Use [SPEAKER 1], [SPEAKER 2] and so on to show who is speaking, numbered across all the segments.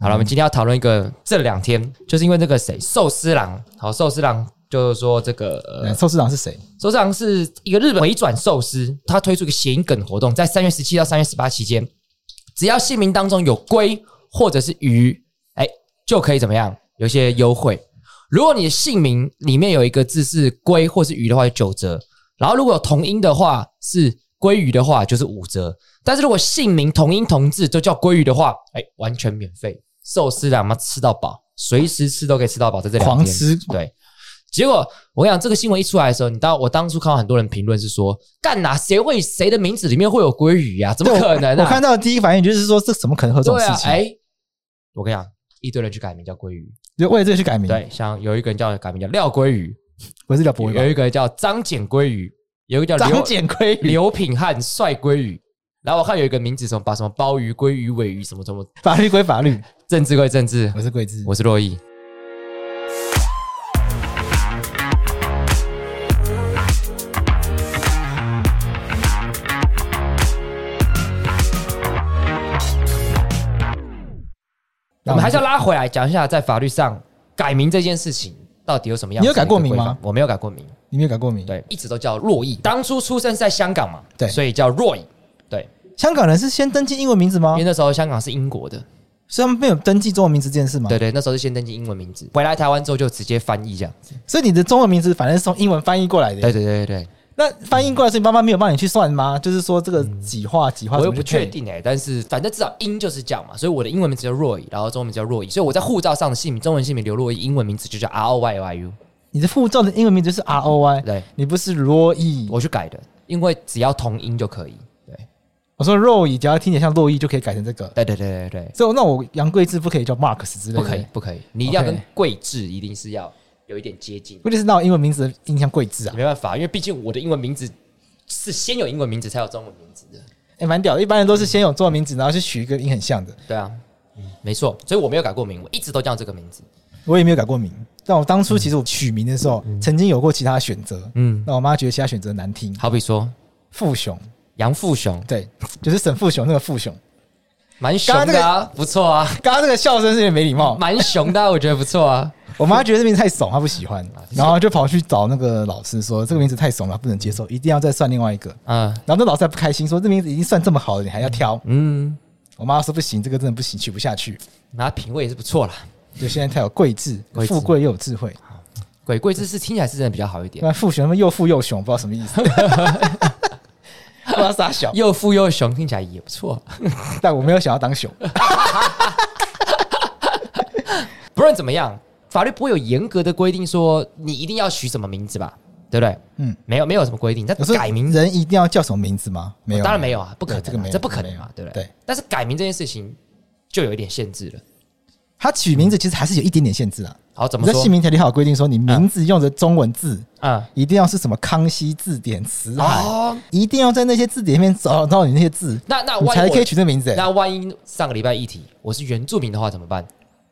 [SPEAKER 1] 好了，我们今天要讨论一个，这两天就是因为那个谁，寿司郎，好，寿司郎就是说这个、呃
[SPEAKER 2] 呃寿司郎是谁？
[SPEAKER 1] 寿司郎是一个日本回转寿司，它推出一个谐音梗活动，在三月十七到三月十八期间，只要姓名当中有龟或者是鱼，哎、就可以怎么样，有一些优惠。如果你的姓名里面有一个字是龟或是鱼的话，就九折；然后如果有同音的话是鲑鱼的话，就是五折。但是如果姓名同音同字都叫鲑鱼的话，哎、完全免费。寿司郎嘛，吃到饱，随时吃都可以吃到饱，在这两天
[SPEAKER 2] 狂吃
[SPEAKER 1] 对。结果我跟你讲这个新闻一出来的时候，你当我当初看到很多人评论是说，干哪、谁会谁的名字里面会有鲑鱼呀、怎么
[SPEAKER 2] 对
[SPEAKER 1] 可能、啊
[SPEAKER 2] 我看到的第一反应就是说，这怎么可能会有这种
[SPEAKER 1] 对
[SPEAKER 2] 事
[SPEAKER 1] 啊，
[SPEAKER 2] 情？
[SPEAKER 1] 哎、我跟你讲，一堆人去改名叫鲑鱼，
[SPEAKER 2] 就为了这个去改名，
[SPEAKER 1] 对，像有一个人叫改名叫廖鲑鱼，
[SPEAKER 2] 我是叫博
[SPEAKER 1] 有
[SPEAKER 2] 伟
[SPEAKER 1] 一个叫张简鲑鱼，有一个叫
[SPEAKER 2] 吧。
[SPEAKER 1] 刘
[SPEAKER 2] 张简亏鱼，
[SPEAKER 1] 刘品汉帅鲑鱼，然后我看有一个名字什么把什么鲍鱼、鲑鱼、尾鱼什么什么，
[SPEAKER 2] 法律归法律，
[SPEAKER 1] 政治归政治
[SPEAKER 2] 我，是桂枝。
[SPEAKER 1] 我是洛毅。我们还是要拉回来讲一下，在法律上改名这件事情到底有什么样？
[SPEAKER 2] 你有改过名吗？
[SPEAKER 1] 我没有改过名，啊
[SPEAKER 2] 你没有改过名？，
[SPEAKER 1] 对，一直都叫洛毅。当初出生是在香港嘛，
[SPEAKER 2] 对
[SPEAKER 1] 所以叫洛毅。对，
[SPEAKER 2] 香港人是先登记英文名字吗
[SPEAKER 1] 因为？那时候香港是英国
[SPEAKER 2] 啊
[SPEAKER 1] 的，
[SPEAKER 2] 所以他们没有登记中文名字这件事吗？
[SPEAKER 1] 对，对，那时候是先登记英文名字，回来台湾之后就直接翻译这样子。
[SPEAKER 2] 所以你的中文名字反正是从英文翻译过来的。
[SPEAKER 1] 对对对对对，
[SPEAKER 2] 那翻译过来，所以妈妈没有帮你去算吗？嗯就是说这个几画几画，
[SPEAKER 1] 我
[SPEAKER 2] 怎
[SPEAKER 1] 又
[SPEAKER 2] 么
[SPEAKER 1] 不
[SPEAKER 2] 去
[SPEAKER 1] 确
[SPEAKER 2] 配。
[SPEAKER 1] 定哎、但是反正至少音就是这样嘛，所以我的英文名字叫若雨，然后中文名字叫若雨，所以我在护照上的姓名，中文姓名刘若雨，英文名字就叫 R O Y Y U，
[SPEAKER 2] 你的护照的英文名就是 R O Y，
[SPEAKER 1] 对
[SPEAKER 2] 你不是罗毅，
[SPEAKER 1] 我去改的，因为只要同音就可以。对
[SPEAKER 2] 我说肉毅，只要听起来像洛毅就可以改成这个。
[SPEAKER 1] 对对对对对，
[SPEAKER 2] 所以那我杨贵志不可以叫 Marks 之类的，
[SPEAKER 1] 不可以不可以，你一定要
[SPEAKER 2] OK
[SPEAKER 1] 跟桂智一定是要有一点接近，
[SPEAKER 2] 贵志是那我英文名字的印象贵志啊，
[SPEAKER 1] 没办法，因为毕竟我的英文名字是先有英文名字才有中文名字的。
[SPEAKER 2] 哎，蛮屌的。一般人都是先有中文名字，然后去取一个音很像的。
[SPEAKER 1] 对啊，
[SPEAKER 2] 嗯
[SPEAKER 1] 没错，所以我没有改过名，我一直都叫这个名字。
[SPEAKER 2] 我也没有改过名，但我当初其实我取名的时候，曾经有过其他选择。
[SPEAKER 1] 嗯，
[SPEAKER 2] 那我妈觉得其他选择难听，
[SPEAKER 1] 好比说
[SPEAKER 2] 富雄，
[SPEAKER 1] 杨富雄，
[SPEAKER 2] 对，就是沈富雄那个富雄。
[SPEAKER 1] 蛮雄的、啊，不错啊，
[SPEAKER 2] 刚刚那个笑声是有点没礼貌，
[SPEAKER 1] 蛮雄的啊、我觉得不错啊。
[SPEAKER 2] 我妈觉得这名字太怂，她不喜欢，然后就跑去找那个老师说这个名字太怂了，不能接受，一定要再算另外一个。
[SPEAKER 1] 啊，
[SPEAKER 2] 然后那老师还不开心，说这名字已经算这么好了，你还要挑？
[SPEAKER 1] 嗯，
[SPEAKER 2] 我妈说不行，这个真的不行，取不下去。
[SPEAKER 1] 那品味也是不错啦。
[SPEAKER 2] 就现在太有贵智
[SPEAKER 1] 贵，智
[SPEAKER 2] 富贵又有智慧。
[SPEAKER 1] 鬼贵之是听起来是真的比较好一点，
[SPEAKER 2] 那富雄他们又富又雄，不知道什么意 思，不知道啥小。
[SPEAKER 1] 又富又雄听起来也不错。
[SPEAKER 2] 但我没有想要当熊，
[SPEAKER 1] 不论怎么样，法律不会有严格的规定说你一定要取什么名字吧，对不对？
[SPEAKER 2] 嗯，
[SPEAKER 1] 没有没有什么规定，但
[SPEAKER 2] 有时 候
[SPEAKER 1] 改名
[SPEAKER 2] 人一定要叫什么名字吗？没有，
[SPEAKER 1] 当然没有啊，不可能啊、
[SPEAKER 2] 对这个没有
[SPEAKER 1] 这不可能嘛，
[SPEAKER 2] 这
[SPEAKER 1] 对
[SPEAKER 2] 个没有
[SPEAKER 1] 不对？
[SPEAKER 2] 对
[SPEAKER 1] 但是改名这件事情就有一点限制了。
[SPEAKER 2] 他取名字其实还是有一点点限制啊。
[SPEAKER 1] 好，怎
[SPEAKER 2] 你
[SPEAKER 1] 么
[SPEAKER 2] 在
[SPEAKER 1] 说嗯
[SPEAKER 2] 姓？名条例还有规定说，你名字用的中文字
[SPEAKER 1] 啊、
[SPEAKER 2] 一定要是什么康熙字典词海，
[SPEAKER 1] 哦，
[SPEAKER 2] 一定要在那些字典里面找到你那些字，
[SPEAKER 1] 那那
[SPEAKER 2] 你
[SPEAKER 1] 万一
[SPEAKER 2] 才
[SPEAKER 1] 我
[SPEAKER 2] 可以取这名字欸。
[SPEAKER 1] 那万一上个礼拜一题我是原住民的话怎么办？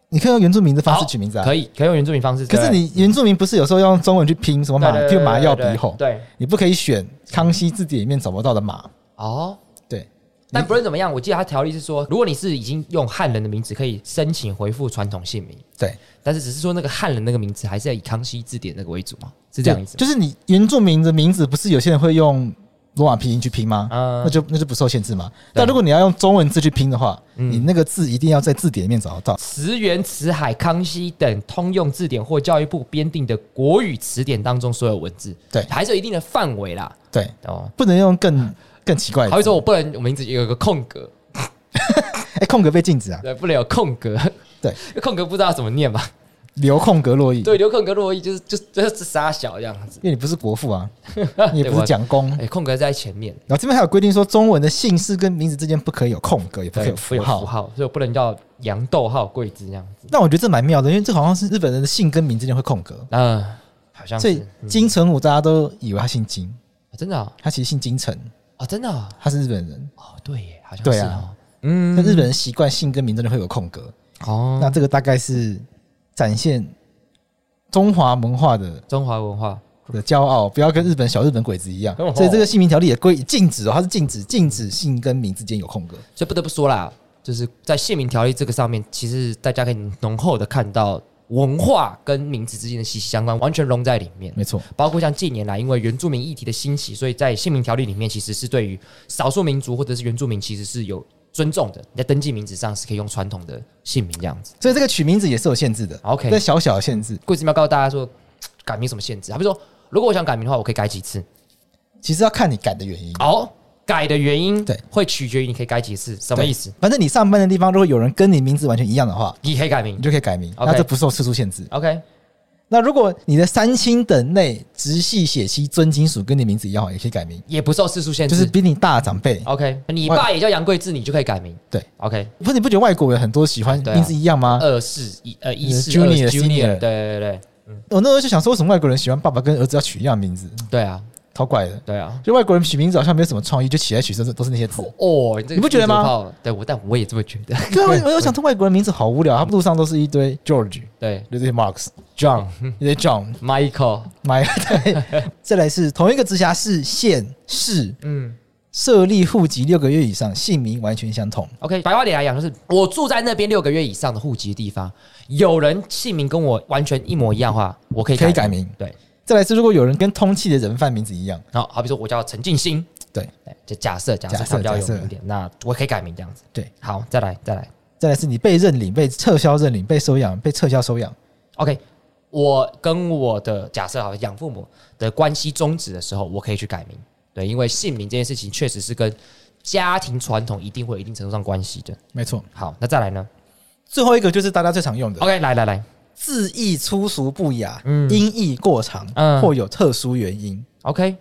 [SPEAKER 2] 你可以用原住民的方
[SPEAKER 1] 好
[SPEAKER 2] 式取名字啊
[SPEAKER 1] 可。以，可以用原住民方式。
[SPEAKER 2] 可是你原住民不是有时候要用中文去拼什么
[SPEAKER 1] 对
[SPEAKER 2] 马
[SPEAKER 1] 对，
[SPEAKER 2] 就
[SPEAKER 1] 对
[SPEAKER 2] 马
[SPEAKER 1] 对
[SPEAKER 2] 要
[SPEAKER 1] 对对
[SPEAKER 2] 鼻吼，
[SPEAKER 1] 对
[SPEAKER 2] 你不可以选康熙字典里面找不到的马。
[SPEAKER 1] 哦。
[SPEAKER 2] 对，
[SPEAKER 1] 但不论怎么样，我记得他条例是说，如果你是已经用汉人的名字，可以申请回复传统姓名，
[SPEAKER 2] 对，
[SPEAKER 1] 但是只是说那个汉人那个名字还是要以康熙字典那个为主嘛，是
[SPEAKER 2] 是
[SPEAKER 1] 这样意思吗？
[SPEAKER 2] 就是你原住民的名字，不是有些人会用罗马拼音去拼吗？
[SPEAKER 1] 嗯
[SPEAKER 2] 那就那就不受限制嘛。但如果你要用中文字去拼的话，
[SPEAKER 1] 嗯
[SPEAKER 2] 你那个字一定要在字典里面找得到。
[SPEAKER 1] 词源、词海、康熙等通用字典或教育部编定的国语词典当中所有文字，
[SPEAKER 2] 对
[SPEAKER 1] 还是有一定的范围啦。
[SPEAKER 2] 对，
[SPEAKER 1] 哦，
[SPEAKER 2] 不能用 更更奇怪的字。
[SPEAKER 1] 好比说我不能我名字有一个空格，
[SPEAKER 2] 哎、空格被禁止啊。
[SPEAKER 1] 对，不能有空格，
[SPEAKER 2] 对， 嗯
[SPEAKER 1] 空格不知道怎么念嘛，
[SPEAKER 2] 留空格洛伊，
[SPEAKER 1] 对，留空格洛伊就是就就是傻小这样子。
[SPEAKER 2] 因为你不是国父啊，你也不是蒋公。
[SPEAKER 1] 哎，空格在前面，
[SPEAKER 2] 然后这边还有规定说，中文的姓氏跟名字之间不可以有空格，也不可以
[SPEAKER 1] 对，
[SPEAKER 2] 有
[SPEAKER 1] 不
[SPEAKER 2] 符
[SPEAKER 1] 有符
[SPEAKER 2] 号。
[SPEAKER 1] 号，所以我不能叫杨逗号桂枝这样子。
[SPEAKER 2] 那我觉得这蛮妙的，因为这好像是日本人的姓跟名之间会空格，
[SPEAKER 1] 嗯，好像
[SPEAKER 2] 所
[SPEAKER 1] 是
[SPEAKER 2] 以金城武大家都以为他姓金，
[SPEAKER 1] 啊真的啊
[SPEAKER 2] 他其实姓金城，
[SPEAKER 1] 啊，真的啊
[SPEAKER 2] 他是日本人。
[SPEAKER 1] 哦，对耶，好像
[SPEAKER 2] 对
[SPEAKER 1] 是
[SPEAKER 2] 啊
[SPEAKER 1] 哦，嗯
[SPEAKER 2] 那日本人习惯姓跟名真的会有空格，
[SPEAKER 1] 哦，
[SPEAKER 2] 那这个大概是展现中华文化的
[SPEAKER 1] 中华文化
[SPEAKER 2] 的骄傲，不要跟日本小日本鬼子一样
[SPEAKER 1] 哦。
[SPEAKER 2] 所以这个姓名条例也规禁止哦，它是禁止禁止姓跟名之间有空格。
[SPEAKER 1] 所以不得不说啦，就是在姓名条例这个上面，其实大家可以浓厚的看到文化跟名字之间的息息相关，完全融在里面。
[SPEAKER 2] 没错，
[SPEAKER 1] 包括像近年来因为原住民议题的兴起，所以在姓名条例里面其实是对于少数民族或者是原住民其实是有尊重的，你在登记名字上是可以用传统的姓名这样子。
[SPEAKER 2] 所以这个取名字也是有限制的。
[SPEAKER 1] OK
[SPEAKER 2] 这小小的限制，
[SPEAKER 1] 贵子要告诉大家说，改名什么限制？他比如说，如果我想改名的话，我可以改几次？
[SPEAKER 2] 其实要看你改的原因。
[SPEAKER 1] 哦，改的原因
[SPEAKER 2] 对
[SPEAKER 1] 会取决于你可以改几次，什么意思
[SPEAKER 2] 对？？反正你上班的地方如果有人跟你名字完全一样的话，
[SPEAKER 1] 你可以改名
[SPEAKER 2] 你就可以改名，
[SPEAKER 1] OK
[SPEAKER 2] 那这不受次数限制。
[SPEAKER 1] ，OK，
[SPEAKER 2] 那如果你的三亲等内直系血妻尊金属跟你名字一样，也可以改名，
[SPEAKER 1] 也不受次数限
[SPEAKER 2] 就
[SPEAKER 1] 制，
[SPEAKER 2] 是比你大的长辈。
[SPEAKER 1] OK，你爸也叫杨贵志，你就可以改名。
[SPEAKER 2] 对
[SPEAKER 1] ，OK，
[SPEAKER 2] 不是你不觉得外国人很多喜欢
[SPEAKER 1] 对啊
[SPEAKER 2] 名字一样吗？
[SPEAKER 1] 二世一呃一世
[SPEAKER 2] Junior
[SPEAKER 1] 二
[SPEAKER 2] Senior
[SPEAKER 1] Junior，对对对
[SPEAKER 2] 我那时候就想说，为什么外国人喜欢爸爸跟儿子要取一样名字，
[SPEAKER 1] 对啊
[SPEAKER 2] 超怪的。
[SPEAKER 1] 对啊。
[SPEAKER 2] 就外国人取名字好像没有什么创意，就起来取都是都是那 些字。
[SPEAKER 1] 哦，你这个
[SPEAKER 2] 你不觉得吗
[SPEAKER 1] 自主炮？对，我但我也这么觉 得。
[SPEAKER 2] 对啊，我我有想说外国人名字好无聊，他们路上都是一堆 George，
[SPEAKER 1] 对
[SPEAKER 2] 一堆 Marks，
[SPEAKER 1] ，John、
[SPEAKER 2] 一堆 John。
[SPEAKER 1] Michael，
[SPEAKER 2] 买 对，再来是同一个直辖市、县、市
[SPEAKER 1] 嗯
[SPEAKER 2] 设立户籍六个月以上，姓名完全相同。
[SPEAKER 1] ，OK，白话点来讲就是，我住在那边六个月以上的户籍地方，有人姓名跟我完全一模一样的话，我可以
[SPEAKER 2] 可以改名
[SPEAKER 1] 对，
[SPEAKER 2] 再来是如果有人跟通气的人犯名字一样，
[SPEAKER 1] 然后好比说我叫陈静心，
[SPEAKER 2] 对
[SPEAKER 1] 对，就假设假设
[SPEAKER 2] 假设
[SPEAKER 1] 他比较有
[SPEAKER 2] 假设
[SPEAKER 1] 名一点，那我可以改名这样子。
[SPEAKER 2] 对，
[SPEAKER 1] 好，再来再来，
[SPEAKER 2] 再来是你被认领、被撤销认领、被收养、被撤销收养，
[SPEAKER 1] OK，我跟我的假设好养父母的关系终止的时候，我可以去改名。对，因为姓名这件事情确实是跟家庭传统一定会有一定程度上关系的。
[SPEAKER 2] 没错。
[SPEAKER 1] 好，那再来呢
[SPEAKER 2] 最后一个就是大家最常用的
[SPEAKER 1] ？OK，来来来
[SPEAKER 2] 字义粗俗不雅、
[SPEAKER 1] 嗯
[SPEAKER 2] 音译过长、
[SPEAKER 1] 嗯
[SPEAKER 2] 或有特殊原因。
[SPEAKER 1] ，OK，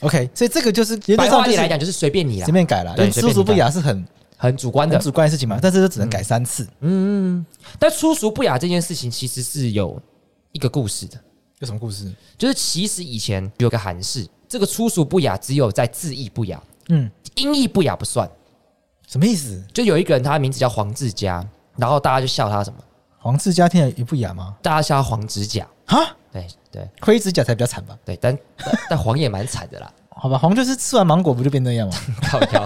[SPEAKER 2] OK，所以这个就是原则
[SPEAKER 1] 白
[SPEAKER 2] 上
[SPEAKER 1] 话
[SPEAKER 2] 就
[SPEAKER 1] 点来
[SPEAKER 2] 是
[SPEAKER 1] 讲就是随便你啦
[SPEAKER 2] 随，便改了，因
[SPEAKER 1] 对
[SPEAKER 2] 为
[SPEAKER 1] 随
[SPEAKER 2] 粗
[SPEAKER 1] 便
[SPEAKER 2] 俗不
[SPEAKER 1] 你改
[SPEAKER 2] 雅是很
[SPEAKER 1] 很主观
[SPEAKER 2] 很
[SPEAKER 1] 的。
[SPEAKER 2] 主观的事情嘛，但是就只能改三次，
[SPEAKER 1] 嗯，但粗俗不雅这件事情其实是有一个故事的，
[SPEAKER 2] 有什么故事？
[SPEAKER 1] 就是其实以前有个韩式，这个粗俗不雅只有在字义不雅，
[SPEAKER 2] 嗯，
[SPEAKER 1] 音译不雅不算。
[SPEAKER 2] 什么意思？
[SPEAKER 1] 就有一个人，他的名字叫黄志佳，然后大家就笑他什么？
[SPEAKER 2] 黄志家听起来也不雅吗？
[SPEAKER 1] 大家笑他黄指甲。
[SPEAKER 2] 哈，
[SPEAKER 1] 对对
[SPEAKER 2] 灰指甲才比较惨吧？
[SPEAKER 1] 对，但 但但黄也蛮惨的啦，
[SPEAKER 2] 好吧，黄就是吃完芒果不就变那 样吗？
[SPEAKER 1] 靠腰。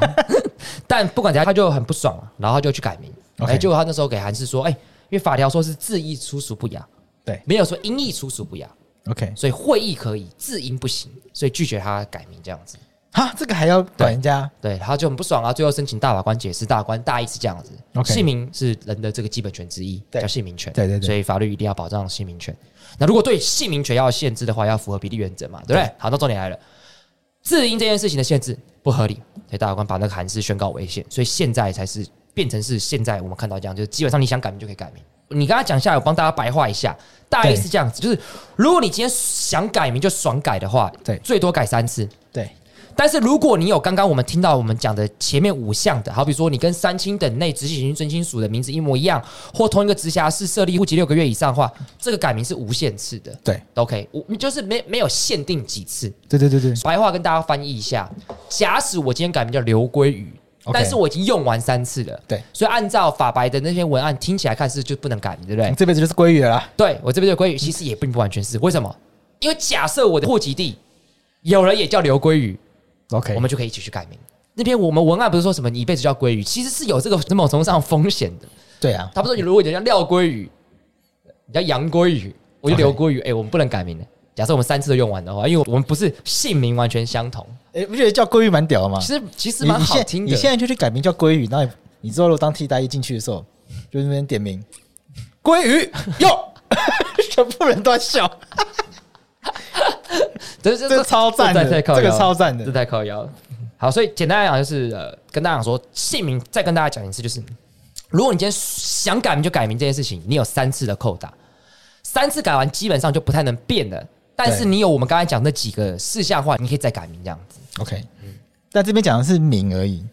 [SPEAKER 1] 但不管怎样，他就很不爽了，然后他就去改名。哎
[SPEAKER 2] OK
[SPEAKER 1] 结果他那时候给韩氏说，哎、因为法条说是字义粗俗不雅，
[SPEAKER 2] 对
[SPEAKER 1] 没有说音译粗俗不雅，
[SPEAKER 2] ，OK，
[SPEAKER 1] 所以会意可以，字音不行，所以拒绝他改名这样子。
[SPEAKER 2] 哈，这个还要管人家？
[SPEAKER 1] 对，他就很不爽啊，最后申请大法官解释，大法官大意是这样子
[SPEAKER 2] OK
[SPEAKER 1] 姓名是人的这个基本权之一，
[SPEAKER 2] 对
[SPEAKER 1] 叫姓名权，
[SPEAKER 2] 对对对
[SPEAKER 1] 所以法律一定要保障姓名权。那如果对姓名权要限制的话，要符合比例原则嘛，对不对？
[SPEAKER 2] 对
[SPEAKER 1] 好，那重点来了，字音这件事情的限制不合理，所以大法官把那个函释宣告违宪，所以现在才是变成是现在我们看到这样，就是基本上你想改名就可以改名。你刚才讲下来，我帮大家白话一下，大意
[SPEAKER 2] 对
[SPEAKER 1] 是这样子，就是如果你今天想改名就爽改的话，
[SPEAKER 2] 对
[SPEAKER 1] 最多改三次，
[SPEAKER 2] 对，
[SPEAKER 1] 但是如果你有刚刚我们听到我们讲的前面五项的，好比说你跟三亲等内直系血亲尊亲属的名字一模一样，或同一个直辖市设立户籍六个月以上的话，这个改名是无限次的。
[SPEAKER 2] 对，
[SPEAKER 1] OK，我你就是没没有限定几次。
[SPEAKER 2] 对对对对
[SPEAKER 1] 白话跟大家翻译一下：假使我今天改名叫刘鲑鱼。
[SPEAKER 2] OK
[SPEAKER 1] 但是我已经用完三次了，
[SPEAKER 2] 对
[SPEAKER 1] 所以按照法白的那篇文案听起来看是就不能改名，对不对
[SPEAKER 2] 嗯你？这辈子就是鲑鱼了啦。
[SPEAKER 1] 对我这边的鲑鱼其实也并不完全是，为什么？因为假设我的户籍地有人也叫刘鲑鱼，
[SPEAKER 2] OK，
[SPEAKER 1] 我们就可以一起去改名。那篇我们文案不是说什么你一辈子叫鲑鱼，其实是有这个某种程度上风险的。
[SPEAKER 2] 对啊，
[SPEAKER 1] 他不说你如果你叫廖鲑鱼，你叫杨鲑鱼，我就
[SPEAKER 2] OK
[SPEAKER 1] 刘鲑鱼，哎、我们不能改名的。假设我们三次都用完的话，因为我们不是姓名完全相同，
[SPEAKER 2] 哎，不觉得叫鲑鱼蛮屌的吗？
[SPEAKER 1] 其实其实
[SPEAKER 2] 啊你
[SPEAKER 1] 蛮
[SPEAKER 2] 你
[SPEAKER 1] 好
[SPEAKER 2] 现
[SPEAKER 1] 听
[SPEAKER 2] 你现
[SPEAKER 1] 的。
[SPEAKER 2] 在就去改名叫鲑鱼，然后你你之后如果当替代役进去的时候，就那边点名鲑鱼哟， 全部人都在笑，
[SPEAKER 1] 这这
[SPEAKER 2] 这个超赞的
[SPEAKER 1] 这太靠
[SPEAKER 2] 这个
[SPEAKER 1] 腰
[SPEAKER 2] 超赞的
[SPEAKER 1] 这太靠腰了。好，所以简单来讲就是呃，跟大家讲说姓名，再跟大家讲一次，就是如果你今天想改名就改名这件事情，你有三次的扣打。三次改完基本上就不太能变了。但是
[SPEAKER 2] 对
[SPEAKER 1] 你有我们刚才讲那几个事项的话，你可以再改名这样子。
[SPEAKER 2] OK，但这边讲的是名而已。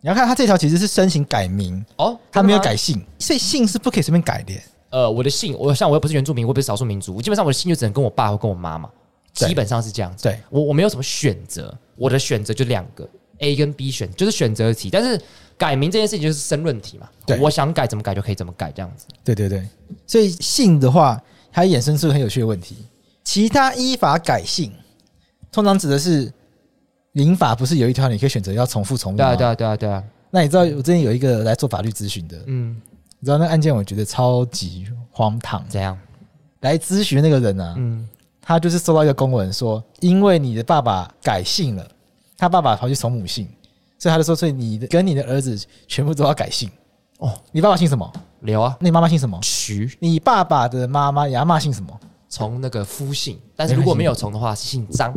[SPEAKER 2] 你要看它这条其实是申请改名，
[SPEAKER 1] 哦，
[SPEAKER 2] 它没有
[SPEAKER 1] 真的吗
[SPEAKER 2] 改。姓，所以姓是不可以随便改的耶。
[SPEAKER 1] 呃，我的姓，我像我又不是原住民，我也不是少数民族，我基本上我的姓就只能跟我爸或跟我妈嘛，
[SPEAKER 2] 对
[SPEAKER 1] 基本上是这样子。
[SPEAKER 2] 对
[SPEAKER 1] 我我没有什么选择，我的选择就两个 A 跟 B 选，就是选择题。但是改名这件事情就是申论题嘛
[SPEAKER 2] 对，
[SPEAKER 1] 我想改怎么改就可以怎么改这样子。
[SPEAKER 2] 对对对，所以姓的话，它衍生出很有趣的问题。其他依法改姓，通常指的是民法，不是有一条你可以选择要重复重复
[SPEAKER 1] 对
[SPEAKER 2] 吗？
[SPEAKER 1] 啊，对啊，对啊，对啊，
[SPEAKER 2] 那你知道我之前有一个来做法律咨询的，
[SPEAKER 1] 嗯，
[SPEAKER 2] 你知道那个案件我觉得超级荒唐。
[SPEAKER 1] 怎样？
[SPEAKER 2] 来咨询那个人啊，
[SPEAKER 1] 嗯，
[SPEAKER 2] 他就是收到一个公文说，因为你的爸爸改姓了，他爸爸跑去从母姓，所以他就说，所以你的跟你的儿子全部都要改姓。
[SPEAKER 1] 哦，
[SPEAKER 2] 你爸爸姓什么？
[SPEAKER 1] 刘啊，
[SPEAKER 2] 那你妈妈姓什么？
[SPEAKER 1] 徐
[SPEAKER 2] 你爸爸的妈妈、牙妈姓什么
[SPEAKER 1] 从那个夫姓，但是如果没有从的话是姓张。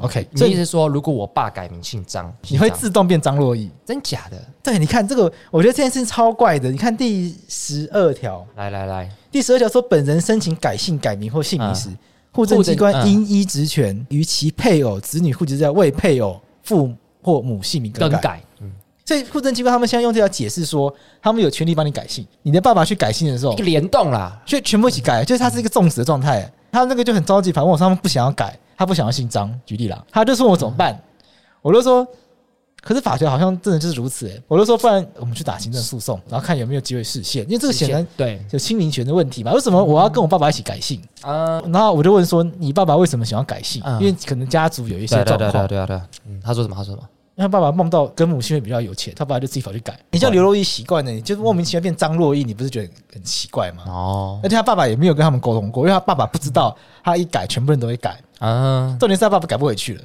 [SPEAKER 2] ？OK，
[SPEAKER 1] 你
[SPEAKER 2] 所
[SPEAKER 1] 的意
[SPEAKER 2] 以
[SPEAKER 1] 思是说，如果我爸改名姓张，
[SPEAKER 2] 你会
[SPEAKER 1] 姓张
[SPEAKER 2] 自动变张若昀。
[SPEAKER 1] 真假的？
[SPEAKER 2] 对，你看这个，我觉得这件事情超怪的。你看第十二条，
[SPEAKER 1] 来来来，
[SPEAKER 2] 第十二条说，本人申请改姓、改名或姓名时，户政机
[SPEAKER 1] 啊户
[SPEAKER 2] 关
[SPEAKER 1] 政啊
[SPEAKER 2] 应依职权于其配偶、子女户籍之在为配偶、父或母姓名更
[SPEAKER 1] 更
[SPEAKER 2] 改。
[SPEAKER 1] 改，嗯，
[SPEAKER 2] 所以户政机关他们现在用这条解释说，他们有权利帮你改姓。你的爸爸去改姓的 时候
[SPEAKER 1] 一个，联动啦，
[SPEAKER 2] 却全部一起改，就是他是一个纵死的状态。他那个就很着急，反问我说他们不想要改，他不想要姓张。举例啦，他就说我怎么办？我就说，可是法条好像真的就是如此、欸。我就说，不然我们去打行政诉讼，然后看有没有机会实现，因为这个显然
[SPEAKER 1] 对，
[SPEAKER 2] 有亲民权的问题嘛。为什么我要跟我爸爸一起改姓？
[SPEAKER 1] 啊，
[SPEAKER 2] 然后我就问说，你爸爸为什么想要改姓？
[SPEAKER 1] 嗯
[SPEAKER 2] 因为可能家族有一
[SPEAKER 1] 对
[SPEAKER 2] 些
[SPEAKER 1] 对
[SPEAKER 2] 状
[SPEAKER 1] 对对
[SPEAKER 2] 况。
[SPEAKER 1] 对啊对啊，嗯，他说什么？他说什么？
[SPEAKER 2] 因为他爸爸梦到跟母亲会比较有钱，他爸爸就自己跑去改。你叫刘若英习惯呢，你就是莫名其妙变张若英，你不是觉得很奇怪吗？
[SPEAKER 1] 哦
[SPEAKER 2] 而，且他爸爸也没有跟他们沟通过，因为他爸爸不知道，他一改，全部人都会改。
[SPEAKER 1] 啊，
[SPEAKER 2] 重点是他爸爸改不回去了，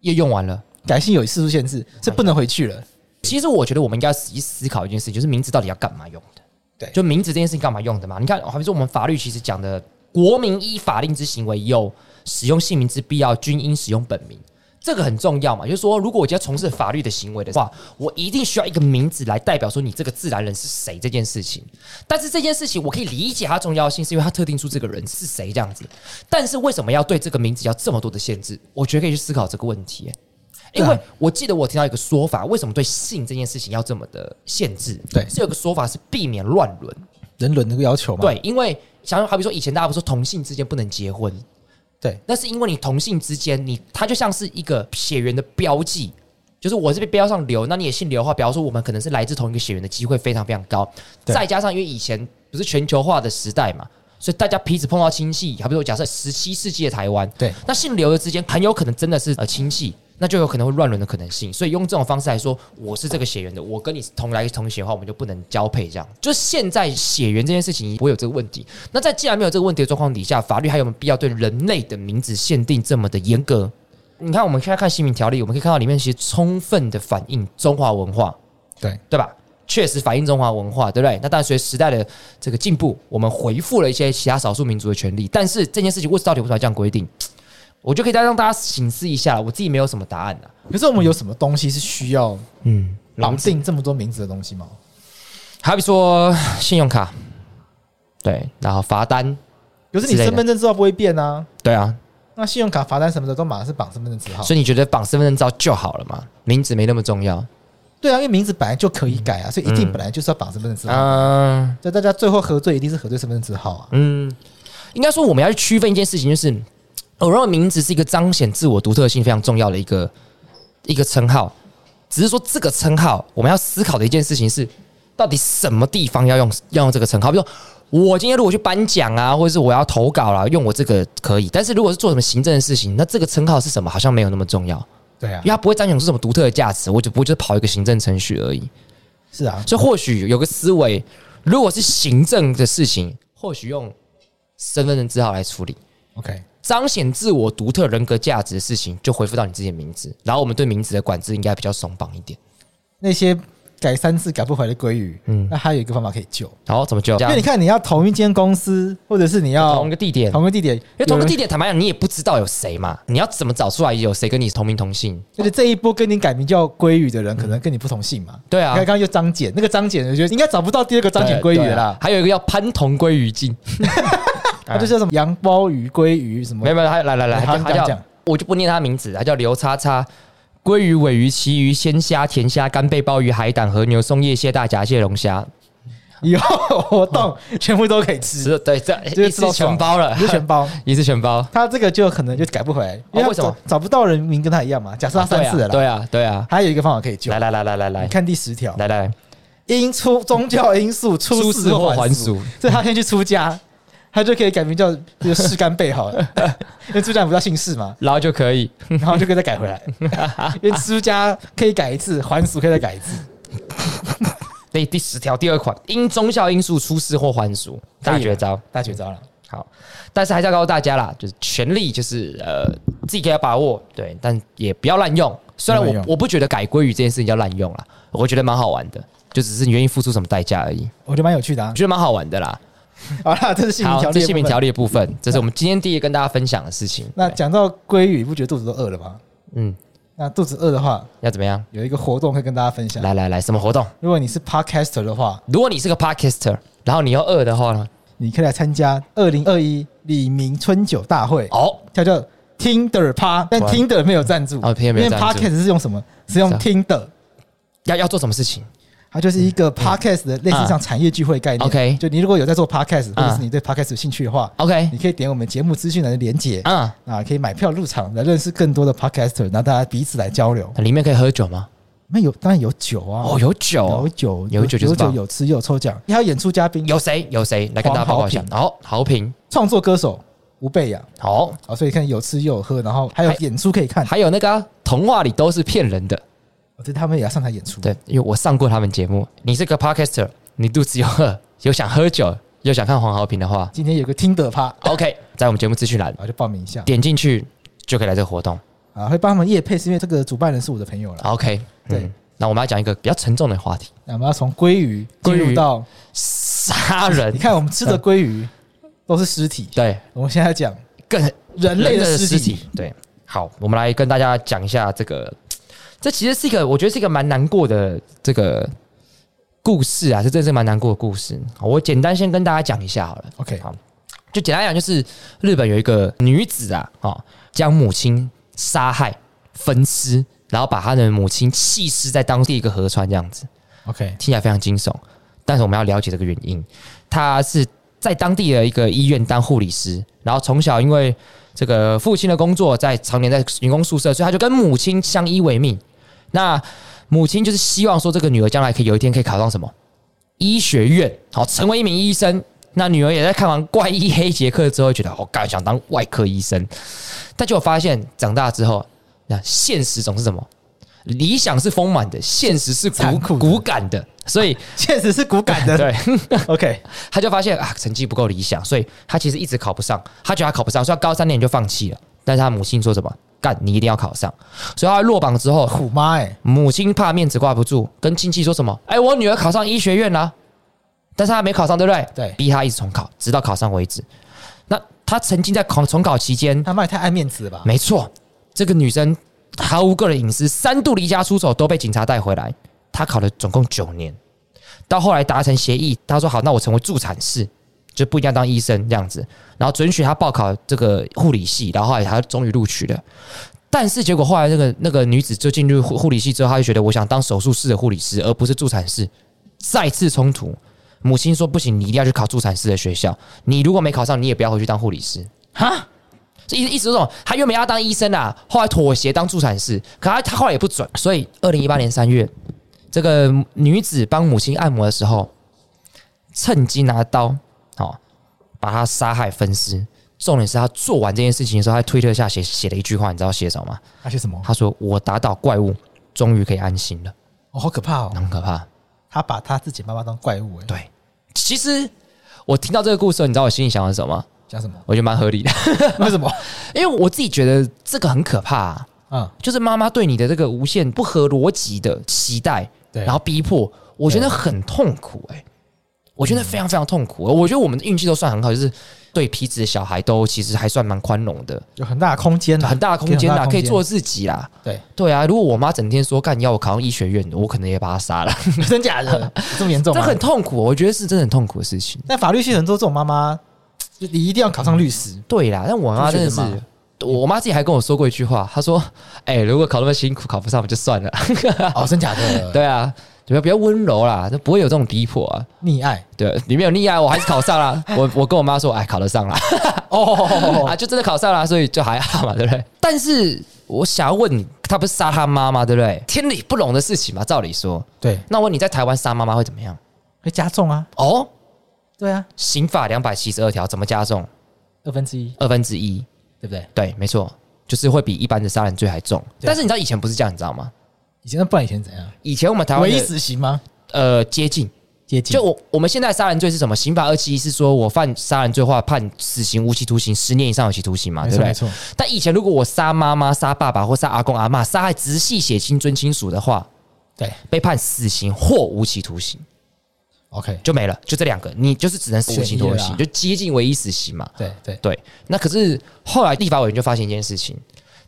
[SPEAKER 1] 又用完了。
[SPEAKER 2] 改姓有次数限制，是不能回去了。
[SPEAKER 1] 其实我觉得我们应该要仔细思考一件事情，就是名字到底要干嘛用的？
[SPEAKER 2] 对
[SPEAKER 1] 就名字这件事情干嘛用的嘛？你看，好比说我们法律其实讲的，国民依法令之行为有使用姓名之必要，均应使用本名。这个很重要嘛，就是说，如果我今天从事法律的行为的话，我一定需要一个名字来代表说你这个自然人是谁这件事情。但是这件事情我可以理解它重要性，是因为它特定出这个人是谁这样子。但是为什么要对这个名字要这么多的限制？我觉得可以去思考这个问题、因
[SPEAKER 2] 对
[SPEAKER 1] 为
[SPEAKER 2] 啊
[SPEAKER 1] 我记得我听到一个说法，为什么对性这件事情要这么的限制？
[SPEAKER 2] 对
[SPEAKER 1] 是有个说法是避免乱伦。
[SPEAKER 2] 人伦那个要求嘛，
[SPEAKER 1] 对，因为想好比说以前大家不是说同性之间不能结婚，
[SPEAKER 2] 对
[SPEAKER 1] 那是因为你同性之间，你它就像是一个血缘的标记，就是我这边标上刘，那你也姓刘的话，比方说我们可能是来自同一个血缘的机会非常非常高。
[SPEAKER 2] 对
[SPEAKER 1] 再加上因为以前不是全球化的时代嘛，所以大家彼此碰到亲戚，好比说假设十七世纪的台湾，
[SPEAKER 2] 对
[SPEAKER 1] 那姓刘的之间很有可能真的是呃亲戚，那就有可能会乱伦的可能性。所以用这种方式来说，我是这个血缘的，我跟你是同来同血的话，我们就不能交配。这样，就现在血缘这件事情不会有这个问题。那在既然没有这个问题的状况底下，法律还有没有必要对人类的名字限定这么的严格？你看，我们现在看姓名条例，我们可以看到里面其实充分的反映中华文化，
[SPEAKER 2] 对
[SPEAKER 1] 对吧？确实反映中华文化，对不对？那当然，随着时代的这个进步，我们回复了一些其他少数民族的权利。但是这件事情为到底为什么要这样规定？我就可以再让大家醒思一下，我自己没有什么答案啊。
[SPEAKER 2] 可是我们有什么东西是需要
[SPEAKER 1] 嗯，
[SPEAKER 2] 绑定这么多名字的东西吗？
[SPEAKER 1] 好比说信用卡，对，然后罚单，
[SPEAKER 2] 可是你
[SPEAKER 1] 之类的
[SPEAKER 2] 身份证字号不会变啊，
[SPEAKER 1] 对啊，
[SPEAKER 2] 那信用卡、罚单什么的都马上是绑身份证字号。
[SPEAKER 1] 所以你觉得绑身份证照就好了嘛？名字没那么重要。
[SPEAKER 2] 对啊，因为名字本来就可以改啊，所以一定
[SPEAKER 1] 嗯
[SPEAKER 2] 本来就是要绑身份证字号。
[SPEAKER 1] 嗯
[SPEAKER 2] 所以大家最后核对一定是核对身份证字号啊。
[SPEAKER 1] 嗯，应该说我们要去区分一件事情，就是我认为名字是一个彰显自我独特性非常重要的一个一个称号。只是说这个称号，我们要思考的一件事情是，到底什么地方要用要用这个称号？比如说，我今天如果去颁奖啊，或者是我要投稿啦、用我这个可以。但是如果是做什么行政的事情，那这个称号是什么，好像没有那么重要，
[SPEAKER 2] 对啊
[SPEAKER 1] 因为，它不会彰显出什么独特的价值。我只不过就是跑一个行政程序而已。
[SPEAKER 2] 是啊，
[SPEAKER 1] 所以或许有个思维，如果是行政的事情，或许用身份证字号来处理，
[SPEAKER 2] OK，
[SPEAKER 1] 彰显自我独特人格价值的事情，就回复到你自己的名字。然后我们对名字的管制应该比较松绑一点。
[SPEAKER 2] 那些改三次改不回来的鲑鱼，
[SPEAKER 1] 嗯
[SPEAKER 2] 那还有一个方法可以救，
[SPEAKER 1] 然后怎么就
[SPEAKER 2] 因为你看你要同一间公司，或者是你要
[SPEAKER 1] 同一个地点，因
[SPEAKER 2] 同个地点，因
[SPEAKER 1] 为同一个地点，坦白讲，你也不知道有谁嘛，你要怎么找出来有谁跟你同名同姓？
[SPEAKER 2] 而且这一波跟你改名叫鲑鱼的人，可能跟你不同姓嘛。
[SPEAKER 1] 对
[SPEAKER 2] 你
[SPEAKER 1] 啊
[SPEAKER 2] 看，刚刚就张简，那个张简，我觉得应该找不到第二个张简鲑鱼
[SPEAKER 1] 对
[SPEAKER 2] 的
[SPEAKER 1] 啊
[SPEAKER 2] 啦。
[SPEAKER 1] 还有一个叫潘同归于尽，
[SPEAKER 2] 它就是什么羊包鱼、鲑鱼什么，
[SPEAKER 1] 没有没有，他来来来，
[SPEAKER 2] 好
[SPEAKER 1] 他
[SPEAKER 2] 你
[SPEAKER 1] 他
[SPEAKER 2] 讲
[SPEAKER 1] 叫
[SPEAKER 2] 讲
[SPEAKER 1] 我就不念他名字，啊他叫刘叉叉。鲑鱼、尾鱼、旗鱼、鲜虾、甜虾、干贝、鲍鱼、海胆、和牛、松叶蟹、大闸蟹、龙虾，
[SPEAKER 2] 以后活动
[SPEAKER 1] 嗯
[SPEAKER 2] 全部都可以吃，
[SPEAKER 1] 吃对这
[SPEAKER 2] 就是
[SPEAKER 1] 一
[SPEAKER 2] 吃
[SPEAKER 1] 次
[SPEAKER 2] 到爽
[SPEAKER 1] 全包了
[SPEAKER 2] 你，就全包。
[SPEAKER 1] 一次全包。
[SPEAKER 2] 他这个就可能就改不回来，因
[SPEAKER 1] 哦
[SPEAKER 2] 他
[SPEAKER 1] 为什么
[SPEAKER 2] 找找不到人名跟他一样嘛？假设他三次了啦，
[SPEAKER 1] 对啊，对啊，
[SPEAKER 2] 还有一个方法可以救
[SPEAKER 1] 对啊。来。来来来来
[SPEAKER 2] 你
[SPEAKER 1] 来
[SPEAKER 2] 看第十条，
[SPEAKER 1] 来来，
[SPEAKER 2] 因出宗教 因素出事或还俗，，所以他先去出家，他就可以改名叫比如释干 贝好了，因为出家不叫姓释嘛，
[SPEAKER 1] 然后就可以。
[SPEAKER 2] 然后就可以再改 回来，因为出家可以改一次，还俗可以再改一次。
[SPEAKER 1] 第第十条第二款，因宗教因素出事或还俗，大绝招。
[SPEAKER 2] 大绝招了，
[SPEAKER 1] 好，但是还是要告诉大家啦，就是权力就是呃自己给他把握，对，但也不要滥用。虽然
[SPEAKER 2] 不要
[SPEAKER 1] 我
[SPEAKER 2] 滥用
[SPEAKER 1] 我不觉得改归于这件事情叫滥用啦，我觉得蛮好玩的，就只是你愿意付出什么代价而已，
[SPEAKER 2] 我觉得蛮有趣的啊
[SPEAKER 1] 我。觉得蛮好玩的啦。
[SPEAKER 2] 好啦，这是姓名
[SPEAKER 1] 好，
[SPEAKER 2] 条
[SPEAKER 1] 这
[SPEAKER 2] 例。
[SPEAKER 1] 是姓名条。例的部分，这是我们今天第一个跟大家分享的事情。
[SPEAKER 2] 那
[SPEAKER 1] 对
[SPEAKER 2] 讲到鲑鱼，你不觉得肚子都饿了吗？
[SPEAKER 1] 嗯，
[SPEAKER 2] 那肚子饿的话，
[SPEAKER 1] 要怎么样？
[SPEAKER 2] 有一个活动可以跟大家分享。
[SPEAKER 1] 来来来，什么活动？
[SPEAKER 2] 如果你是 podcaster 的话，
[SPEAKER 1] 如果你是个 podcaster，然后你又饿的话呢？
[SPEAKER 2] 你可以来参加二零二一李明春酒大会，
[SPEAKER 1] 哦，
[SPEAKER 2] 叫叫 Tinder 趴，但
[SPEAKER 1] 哇
[SPEAKER 2] Tinder 没有赞助，
[SPEAKER 1] 哦，Tinder
[SPEAKER 2] 因
[SPEAKER 1] 没有
[SPEAKER 2] 为
[SPEAKER 1] 赞助
[SPEAKER 2] podcast 是用什么？是用
[SPEAKER 1] 是啊
[SPEAKER 2] Tinder，
[SPEAKER 1] 要要做什么事情？
[SPEAKER 2] 它就是一个 podcast 的类似像产业聚会概念。
[SPEAKER 1] 嗯啊 OK
[SPEAKER 2] 就你如果有在做 podcast，或者
[SPEAKER 1] 嗯
[SPEAKER 2] 是你对 podcast 有兴趣的话，
[SPEAKER 1] OK，
[SPEAKER 2] 你可以点我们节目资讯栏的连接
[SPEAKER 1] 啊、
[SPEAKER 2] 啊，可以买票入场来认识更多的 podcaster，然后大家彼此来交流。
[SPEAKER 1] 里面可以喝酒吗？
[SPEAKER 2] 那有当然有酒啊，
[SPEAKER 1] 哦，有酒
[SPEAKER 2] 有
[SPEAKER 1] 哦，
[SPEAKER 2] 酒，
[SPEAKER 1] 有酒就是
[SPEAKER 2] 有酒
[SPEAKER 1] 棒
[SPEAKER 2] 有吃有抽奖，还有演出嘉宾，
[SPEAKER 1] 有谁？有谁来跟大家报告一下哦
[SPEAKER 2] 黄？
[SPEAKER 1] 好，好评，
[SPEAKER 2] 创作歌手吴贝雅
[SPEAKER 1] 好，
[SPEAKER 2] 啊，所以看有吃又有喝，然后还有
[SPEAKER 1] 还
[SPEAKER 2] 演出可以看，
[SPEAKER 1] 还有那个啊、童话里都是骗人的，
[SPEAKER 2] 我觉得他们也要上台演出。
[SPEAKER 1] 对，因为我上过他们节目。你是个 podcaster，你肚子有饿，有想喝酒，又想看黄豪平的话
[SPEAKER 2] 今天有个听的趴，然
[SPEAKER 1] ，OK，在我们节目资讯栏
[SPEAKER 2] 后就报名一下
[SPEAKER 1] 点进去就可以来这个活动
[SPEAKER 2] 啊，会帮他们夜配，是因为这个主办人是我的朋友了。
[SPEAKER 1] ，OK，
[SPEAKER 2] 对
[SPEAKER 1] 嗯那我们要讲一个比较沉重的话题，
[SPEAKER 2] 那我们要从鲑鱼进
[SPEAKER 1] 鲑
[SPEAKER 2] 入
[SPEAKER 1] 鱼
[SPEAKER 2] 到，
[SPEAKER 1] 杀人
[SPEAKER 2] 你。看我们吃的鲑鱼都是尸体，
[SPEAKER 1] 对，
[SPEAKER 2] 我们现在讲
[SPEAKER 1] 更
[SPEAKER 2] 人类的尸体。
[SPEAKER 1] 对，好，我们来跟大家讲一下这个，这其实是一个我觉得是一个蛮难过的这个故事啊，这真的是蛮难过的故事。好我简单先跟大家讲一下好了。
[SPEAKER 2] OK，
[SPEAKER 1] 好，就简单讲，就是日本有一个女子啊，哦，将母亲杀害、分尸，然后把她的母亲弃尸在当地一个河川，这样子
[SPEAKER 2] OK，
[SPEAKER 1] 听起来非常惊悚。但是我们要了解这个原因，她是在当地的一个医院当护理师，然后从小因为这个父亲的工作，在常年在员工宿舍，所以她就跟母亲相依为命。那母亲就是希望说，这个女儿将来可以有一天可以考上什么医学院，好成为一名医生。那女儿也在看完《怪医黑杰克》之后，觉得我干、想当外科医生，但结果发现长大之后，那现实总是什么？理想是丰满的，现实是骨
[SPEAKER 2] 残酷的
[SPEAKER 1] 骨感的，所 以
[SPEAKER 2] 确实是骨感的。
[SPEAKER 1] 对，
[SPEAKER 2] OK，
[SPEAKER 1] 他就发现啊，成绩不够理想，所以他其实一直考不上。他觉得他考不上，所以他高三那年就放弃了。但是他母亲说什么？干，你一定要考上。所以他落榜之后，
[SPEAKER 2] 虎妈哎，
[SPEAKER 1] 母亲怕面子挂不住，跟亲戚说什么？哎、我女儿考上医学院啦、但是她没考上，对不对？
[SPEAKER 2] 对
[SPEAKER 1] 逼她一直重考，直到考上为止。那她曾经在考重考期间，
[SPEAKER 2] 他妈也太爱面子了吧？
[SPEAKER 1] 没错，这个女生毫无个人隐私，三度离家出走都被警察带回来。她考了总共九年，到后来达成协议，她说好，那我成为助产士，就不一定要当医生这样子。然后准许她报考这个护理系，然后后来她终于录取了。但是结果后来那个那个女子就进入护护理系之后，她就觉得我想当手术室的护理师，而不是助产士，再次冲突。母亲说不行，你一定要去考助产师的学校，你如果没考上，你也不要回去当护理师。
[SPEAKER 2] 哈，
[SPEAKER 1] 意意思是这种，他原本要当医生啊，后来妥协当助产士，可他他后来也不准，所以二零一八年三月，这个女子帮母亲按摩的时候，趁机拿刀，哦，把她杀害分尸。重点是她做完这件事情的时候，她在推特下写写了一句话，你知道写什么吗？
[SPEAKER 2] 那是什么？
[SPEAKER 1] 她说：“我打倒怪物，终于可以安心了。
[SPEAKER 2] 哦，好可怕”哦！
[SPEAKER 1] 很可怕。
[SPEAKER 2] 他把他自己妈妈当怪物哎，
[SPEAKER 1] 对，其实我听到这个故事，你知道我心里想的是什么？
[SPEAKER 2] 讲什么？
[SPEAKER 1] 我觉得蛮合理的，
[SPEAKER 2] 为什么？
[SPEAKER 1] 因为我自己觉得这个很可怕、啊。
[SPEAKER 2] 嗯，
[SPEAKER 1] 就是妈妈对你的这个无限不合逻辑的期待，
[SPEAKER 2] 对
[SPEAKER 1] 然后逼迫，我觉得很痛苦哎、我觉得非常非常痛苦。我觉得我们的运气都算很好，就是对皮子的小孩都其实还算蛮宽容的，
[SPEAKER 2] 有很大的空间啦，啊
[SPEAKER 1] 很大的空
[SPEAKER 2] 嗯给
[SPEAKER 1] 间
[SPEAKER 2] 很大
[SPEAKER 1] 啦，
[SPEAKER 2] 的
[SPEAKER 1] 可以做自己啦。
[SPEAKER 2] 对，
[SPEAKER 1] 对啊，如果我妈整天说干要我考上医学院，我可能也把她杀了，
[SPEAKER 2] 真假的这么严重
[SPEAKER 1] 这
[SPEAKER 2] 吗？
[SPEAKER 1] 很痛苦，我觉得是真的很痛苦的事情。
[SPEAKER 2] 但法律系很多这种妈妈，就你一定要考上律师。
[SPEAKER 1] 对啦，但我妈真的是
[SPEAKER 2] 就觉得 嘛，
[SPEAKER 1] 我妈自己还跟我说过一句话，她说：“哎、如果考那么辛苦，考不上就算了。
[SPEAKER 2] 哦，真假 的？
[SPEAKER 1] 对啊，对啊，比较温柔啦，就不会有这种逼迫啊。
[SPEAKER 2] 溺爱
[SPEAKER 1] 对，里面有溺爱，我还是考上 啦。我我跟我妈说，哎，考得上啦，
[SPEAKER 2] 哦，
[SPEAKER 1] 啊，就真的考上啦，所以就还好嘛，对不对？但是我想要问你，他不是杀他妈吗？对不对？天理不容的事情嘛，照理说。
[SPEAKER 2] 对，
[SPEAKER 1] 那我问你，在台湾杀妈妈会怎么样？
[SPEAKER 2] 会加重啊，
[SPEAKER 1] 哦，
[SPEAKER 2] 对啊，
[SPEAKER 1] 刑法两百七十二条怎么加重？
[SPEAKER 2] 二分之一，
[SPEAKER 1] 二分之一，
[SPEAKER 2] 对不对？
[SPEAKER 1] 对，没错，就是会比一般的杀人罪还重。
[SPEAKER 2] 对
[SPEAKER 1] 但是你知道以前不是这样，你知道吗？
[SPEAKER 2] 以前那不然以前怎样？
[SPEAKER 1] 以前我们台湾
[SPEAKER 2] 唯
[SPEAKER 1] 的
[SPEAKER 2] 一死刑吗？
[SPEAKER 1] 呃接近，
[SPEAKER 2] 接近
[SPEAKER 1] 就我我们现在杀人罪是什么？刑法二七一是说我犯杀人罪的话，判死刑、无期徒刑、十年以上有期徒刑嘛，对
[SPEAKER 2] 没错
[SPEAKER 1] 不
[SPEAKER 2] 没
[SPEAKER 1] 对？
[SPEAKER 2] 错，
[SPEAKER 1] 但以前如果我杀妈妈、杀爸爸或杀阿公阿妈，杀害直系血亲尊亲属的话，
[SPEAKER 2] 对
[SPEAKER 1] 被判死刑或无期徒刑
[SPEAKER 2] ，OK，
[SPEAKER 1] 就没了，就这两个，你就是只能无期徒
[SPEAKER 2] 选一
[SPEAKER 1] 刑，
[SPEAKER 2] 啦
[SPEAKER 1] 就接近唯一死刑嘛。
[SPEAKER 2] 对对，
[SPEAKER 1] 对，那可是后来立法委员就发现一件事情，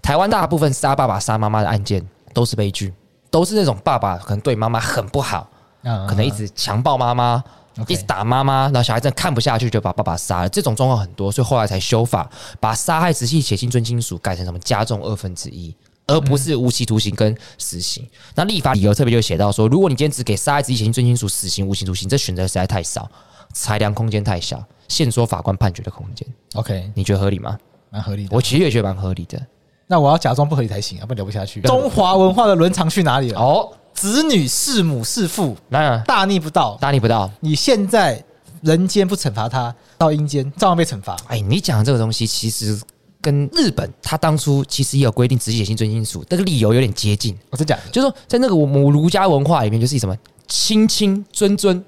[SPEAKER 1] 台湾大部分杀爸爸、杀妈妈的案件都是悲剧，都是那种爸爸可能对妈妈很不好，
[SPEAKER 2] 嗯
[SPEAKER 1] 可能一直强暴妈妈。
[SPEAKER 2] OK
[SPEAKER 1] 一直打妈妈，然后小孩真的看不下去，就把爸爸杀了。这种状况很多，所以后来才修法，把杀害直系血亲尊亲属改成什么加重二分之一，而不是无期徒刑跟死刑。那立法理由特别就写到说，如果你今天只给杀害直系血亲尊亲属死刑、无期徒刑，这选择实在太少，裁量空间太小，限缩法官判决的空间。
[SPEAKER 2] 啊 OK，
[SPEAKER 1] 你觉得合理吗？
[SPEAKER 2] 蛮合理的。
[SPEAKER 1] 我其实也觉得蛮合理的。
[SPEAKER 2] 那我要假装不合理才行，啊要不然聊不下去。中华文化的伦常去哪里了？
[SPEAKER 1] 哦，
[SPEAKER 2] 子女弑母弑父，
[SPEAKER 1] 那
[SPEAKER 2] 大逆不道。
[SPEAKER 1] 大逆不道。
[SPEAKER 2] 你现在人间不惩罚他，到阴间照样被惩罚。
[SPEAKER 1] 哎，你讲的这个东西其实跟日本他当初其实也有规定直系血亲尊亲属，这个理由有点接近，
[SPEAKER 2] 我是假的，
[SPEAKER 1] 就是说在那个我们儒家文化里面，就是以什么亲亲尊尊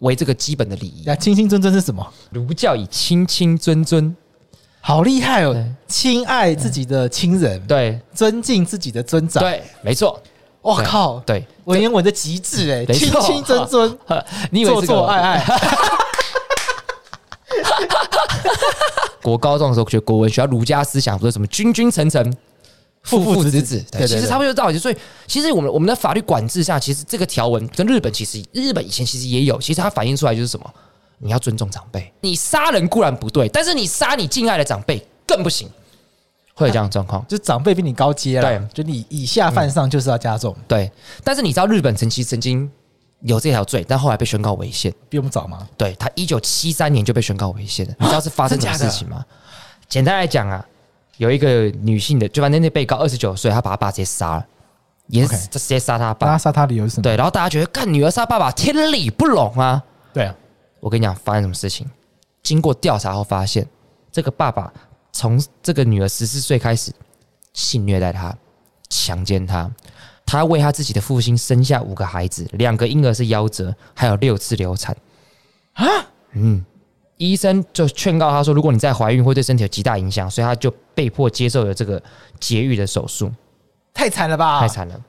[SPEAKER 1] 为这个基本的礼仪。
[SPEAKER 2] 那清清尊尊是什么？
[SPEAKER 1] 儒教以亲亲尊尊，
[SPEAKER 2] 好厉害
[SPEAKER 1] 对
[SPEAKER 2] 哦！亲爱自己的亲人，
[SPEAKER 1] 对
[SPEAKER 2] 尊敬自己的尊长。
[SPEAKER 1] 对，没错，
[SPEAKER 2] 我靠，
[SPEAKER 1] 对。
[SPEAKER 2] 文言文的极致哎，
[SPEAKER 1] 没
[SPEAKER 2] 亲
[SPEAKER 1] 错
[SPEAKER 2] 亲尊尊，
[SPEAKER 1] 呵 你以为
[SPEAKER 2] 做
[SPEAKER 1] 这
[SPEAKER 2] 做
[SPEAKER 1] 个
[SPEAKER 2] 爱爱。
[SPEAKER 1] 国高中的时候学国文，学到儒家思想，说什么君君臣臣。父父子子，
[SPEAKER 2] 对对
[SPEAKER 1] 其实
[SPEAKER 2] 对
[SPEAKER 1] 差不多有道理。所以，其实我们我们的法律管制下，其实这个条文跟日本其实日本以前其实也有，其实它反映出来就是什么？你要尊重长辈，你杀人固然不对，但是你杀你敬爱的长辈更不行，会有这样的状况。
[SPEAKER 2] 就长辈比你高阶了，就你以下犯上就是要加重，
[SPEAKER 1] 对，但是你知道日本曾其实曾经有这条罪，但后来被宣告违宪。
[SPEAKER 2] 比我们早吗？
[SPEAKER 1] 对他一九七三年就被宣告违宪了。你知道是发生什么事情吗？简单来讲啊，有一个女性的，就反正那被告二十九岁，她把她爸直接杀了，也
[SPEAKER 2] OK
[SPEAKER 1] 直接杀她
[SPEAKER 2] 把
[SPEAKER 1] 爸
[SPEAKER 2] 他。杀他的理由是什么？
[SPEAKER 1] 对，然后大家觉得干女儿杀爸爸天理不容啊！
[SPEAKER 2] 对啊，
[SPEAKER 1] 我跟你讲发生什么事情，经过调查后发现，这个爸爸从这个女儿十四岁开始性虐待她、强奸她，他为他自己的父亲生下五个孩子，两个婴儿是夭折，还有六次流产。啊，嗯，医生就劝告他说，如果你再怀孕会对身体有极大影响，所以他就被迫接受了这个节育的手术，
[SPEAKER 2] 太惨了吧？
[SPEAKER 1] 太！惨了。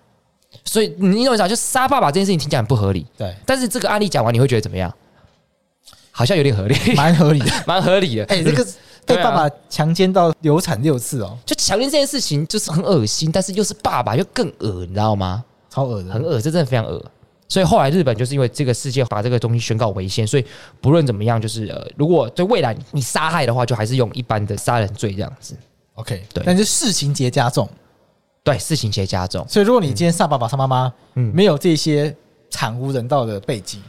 [SPEAKER 1] 所以你懂我意思啊？就杀爸爸这件事情听起来很不合理，
[SPEAKER 2] 对，
[SPEAKER 1] 但是这个案例讲完，你会觉得怎么样？好像有点合理，
[SPEAKER 2] 蛮合理的。
[SPEAKER 1] 蛮合理的。
[SPEAKER 2] 哎，这个被
[SPEAKER 1] 啊
[SPEAKER 2] 爸爸强奸到流产六次哦，
[SPEAKER 1] 就强奸这件事情就是很恶心，但是又是爸爸又更恶，你知道吗？
[SPEAKER 2] 超恶的
[SPEAKER 1] 很。恶，这真的非常恶。所以后来日本就是因为这个世界把这个东西宣告违宪，所以不论怎么样，就是呃，如果对未来你杀害的话，就还是用一般的杀人罪这样子。
[SPEAKER 2] OK，
[SPEAKER 1] 对
[SPEAKER 2] 但是事情节加重，
[SPEAKER 1] 对，事情且加重。
[SPEAKER 2] 所以如果你今天杀爸爸杀妈妈，
[SPEAKER 1] 嗯
[SPEAKER 2] 没有这些惨无人道的背景，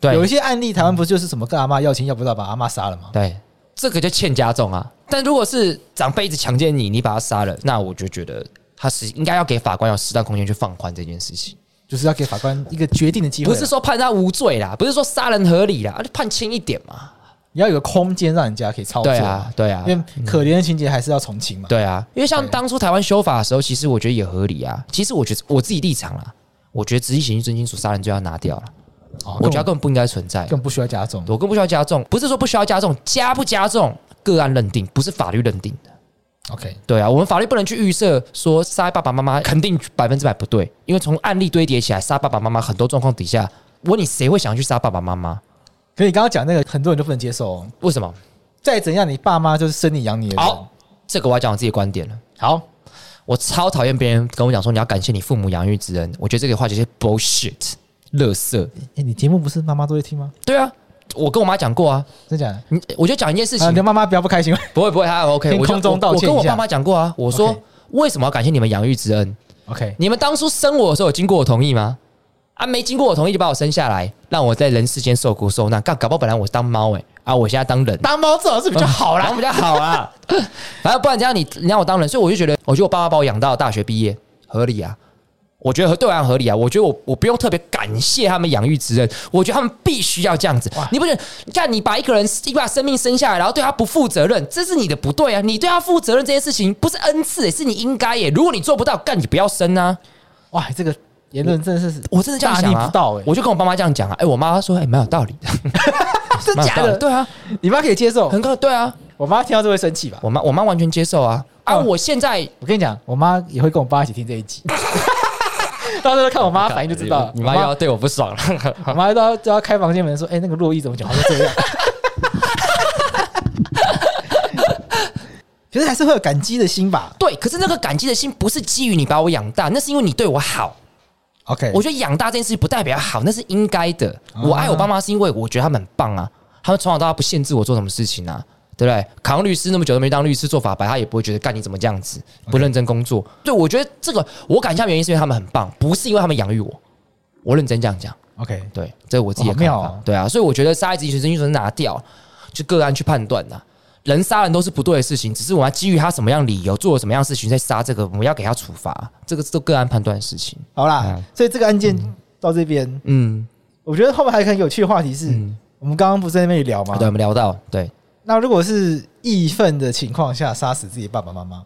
[SPEAKER 1] 对，
[SPEAKER 2] 有一些案例，台湾不就是什么跟阿妈要钱要不到，把阿妈杀了吗？
[SPEAKER 1] 对，这个就欠加重啊。但如果是长辈一直强奸你，你把他杀了，那我就觉得他是应该要给法官有适当空间去放宽这件事情。
[SPEAKER 2] 就是要给法官一个决定的机会
[SPEAKER 1] 不
[SPEAKER 2] 啊啦，
[SPEAKER 1] 是说判他无罪啦，不是说杀人合理啦，啊就判轻一点嘛。
[SPEAKER 2] 你要有个空间让人家可以操作
[SPEAKER 1] 对
[SPEAKER 2] 嘛，
[SPEAKER 1] 啊，对啊，
[SPEAKER 2] 因为可怜的情节还是要从轻嘛。
[SPEAKER 1] 对啊，因为像
[SPEAKER 2] 对
[SPEAKER 1] 当初台湾修法的时候，其实我觉得也合理啊。其实我觉得我自己立场啦，我觉得直系血亲尊亲属杀人罪要拿掉了，
[SPEAKER 2] 哦
[SPEAKER 1] 我觉得它根本不应该存在
[SPEAKER 2] 根，本不需要加重。
[SPEAKER 1] 我更不需要加重。不是说不需要加重，加不加重个案认定，不是法律认定的。
[SPEAKER 2] OK，
[SPEAKER 1] 对啊，我们法律不能去预设说杀爸爸妈妈肯定百分之百不对，因为从案例堆叠起来，杀爸爸妈妈很多状况底下，我问你谁会想去杀爸爸妈妈？
[SPEAKER 2] 可是你刚刚讲那个，很多人都不能接受、哦。
[SPEAKER 1] 为什么？
[SPEAKER 2] 再怎样，你爸妈就是生你养你的人。
[SPEAKER 1] 好，这个我要讲我自己的观点了。
[SPEAKER 2] 好，
[SPEAKER 1] 我超讨厌别人跟我讲说你要感谢你父母养育之恩，我觉得这个话就是 bullshit，乐色。
[SPEAKER 2] 哎、你节目不是妈妈都会听吗？
[SPEAKER 1] 对啊，我跟我妈讲过啊，
[SPEAKER 2] 真假的？
[SPEAKER 1] 你我就讲一件事情
[SPEAKER 2] 啊，你，的妈妈不要不开心。
[SPEAKER 1] 不会不会，她 OK，
[SPEAKER 2] 先
[SPEAKER 1] 我就
[SPEAKER 2] 空中
[SPEAKER 1] 我
[SPEAKER 2] 道
[SPEAKER 1] 我
[SPEAKER 2] 歉
[SPEAKER 1] 跟我
[SPEAKER 2] 一下
[SPEAKER 1] 爸妈讲过啊，我说
[SPEAKER 2] OK
[SPEAKER 1] 为什么要感谢你们养育之恩？
[SPEAKER 2] OK，
[SPEAKER 1] 你们当初生我的时候有经过我同意吗？啊，没经过我同意就把我生下来，让我在人世间受苦受难。搞搞不好本来我当猫哎、啊，我现在当人，
[SPEAKER 2] 当猫至少是比较好啦
[SPEAKER 1] 当。比较好 啊。然后不然这样你你让我当人，所以我就觉得，我觉得我爸妈把我养到大学毕业合理啊。我觉得合对我来讲合理啊，我觉得我我不用特别感谢他们养育之恩，我觉得他们必须要这样子。你不觉得？你看你把一个人你把生命生下来，然后对他不负责任，这是你的不对啊！你对他负责任这件事情不是恩赐、是你应该耶、如果你做不到，干你不要生啊！
[SPEAKER 2] 哇，这个言论真的是
[SPEAKER 1] 我真的这样
[SPEAKER 2] 大
[SPEAKER 1] 想
[SPEAKER 2] 逆
[SPEAKER 1] 啊，
[SPEAKER 2] 不道哎，
[SPEAKER 1] 我就跟我爸妈这样讲啊，哎、我妈说哎、蛮有道理的，
[SPEAKER 2] 真
[SPEAKER 1] 蛮有
[SPEAKER 2] 假
[SPEAKER 1] 道理
[SPEAKER 2] 的？
[SPEAKER 1] 对啊，
[SPEAKER 2] 你妈可以接受？
[SPEAKER 1] 很可对啊，
[SPEAKER 2] 我妈听到这会生气吧？
[SPEAKER 1] 我妈我妈完全接受啊啊！
[SPEAKER 2] 嗯
[SPEAKER 1] 我现在
[SPEAKER 2] 我跟你讲，我妈也会跟我爸一起听这一 集，到时候看我妈反应就知道了。
[SPEAKER 1] 哎你妈又要对我不爽了。
[SPEAKER 2] 我妈就要就要开房间门说：“哎、那个洛伊怎么讲话都这样？” 可是还是会有感激的心吧。
[SPEAKER 1] 对，可是那个感激的心不是基于你把我养大，那是因为你对我好。
[SPEAKER 2] OK，
[SPEAKER 1] 我觉得养大这件事情不代表好，那是应该的。我爱我爸妈是因为我觉得他们很棒啊，他们从小到大不限制我做什么事情啊，对不对？扛律师那么久都没当律师做法白，他也不会觉得干你怎么这样子，不认真工作。对，我觉得这个我感谢他们原因是因为他们很棒，不是因为他们养育我。我认真这样讲。
[SPEAKER 2] OK，
[SPEAKER 1] 对，这是我自己的
[SPEAKER 2] 哇好
[SPEAKER 1] 看
[SPEAKER 2] 妙
[SPEAKER 1] 法。
[SPEAKER 2] 哦
[SPEAKER 1] 对啊，所以我觉得杀害自己学生，就是拿掉，就个案去判断呐、人杀人都是不对的事情，只是我们要基于他什么样理由做了什么样的事情再杀这个，我们要给他处罚，啊这个是个案判断的事情。
[SPEAKER 2] 好啦，
[SPEAKER 1] 嗯
[SPEAKER 2] 所以这个案件到这边，
[SPEAKER 1] 嗯，
[SPEAKER 2] 我觉得后面还有一个很有趣的话题是，
[SPEAKER 1] 嗯
[SPEAKER 2] 我们刚刚不是在那边聊吗？
[SPEAKER 1] 对，我们聊到对，
[SPEAKER 2] 那如果是义愤的情况下杀死自己的爸爸妈妈，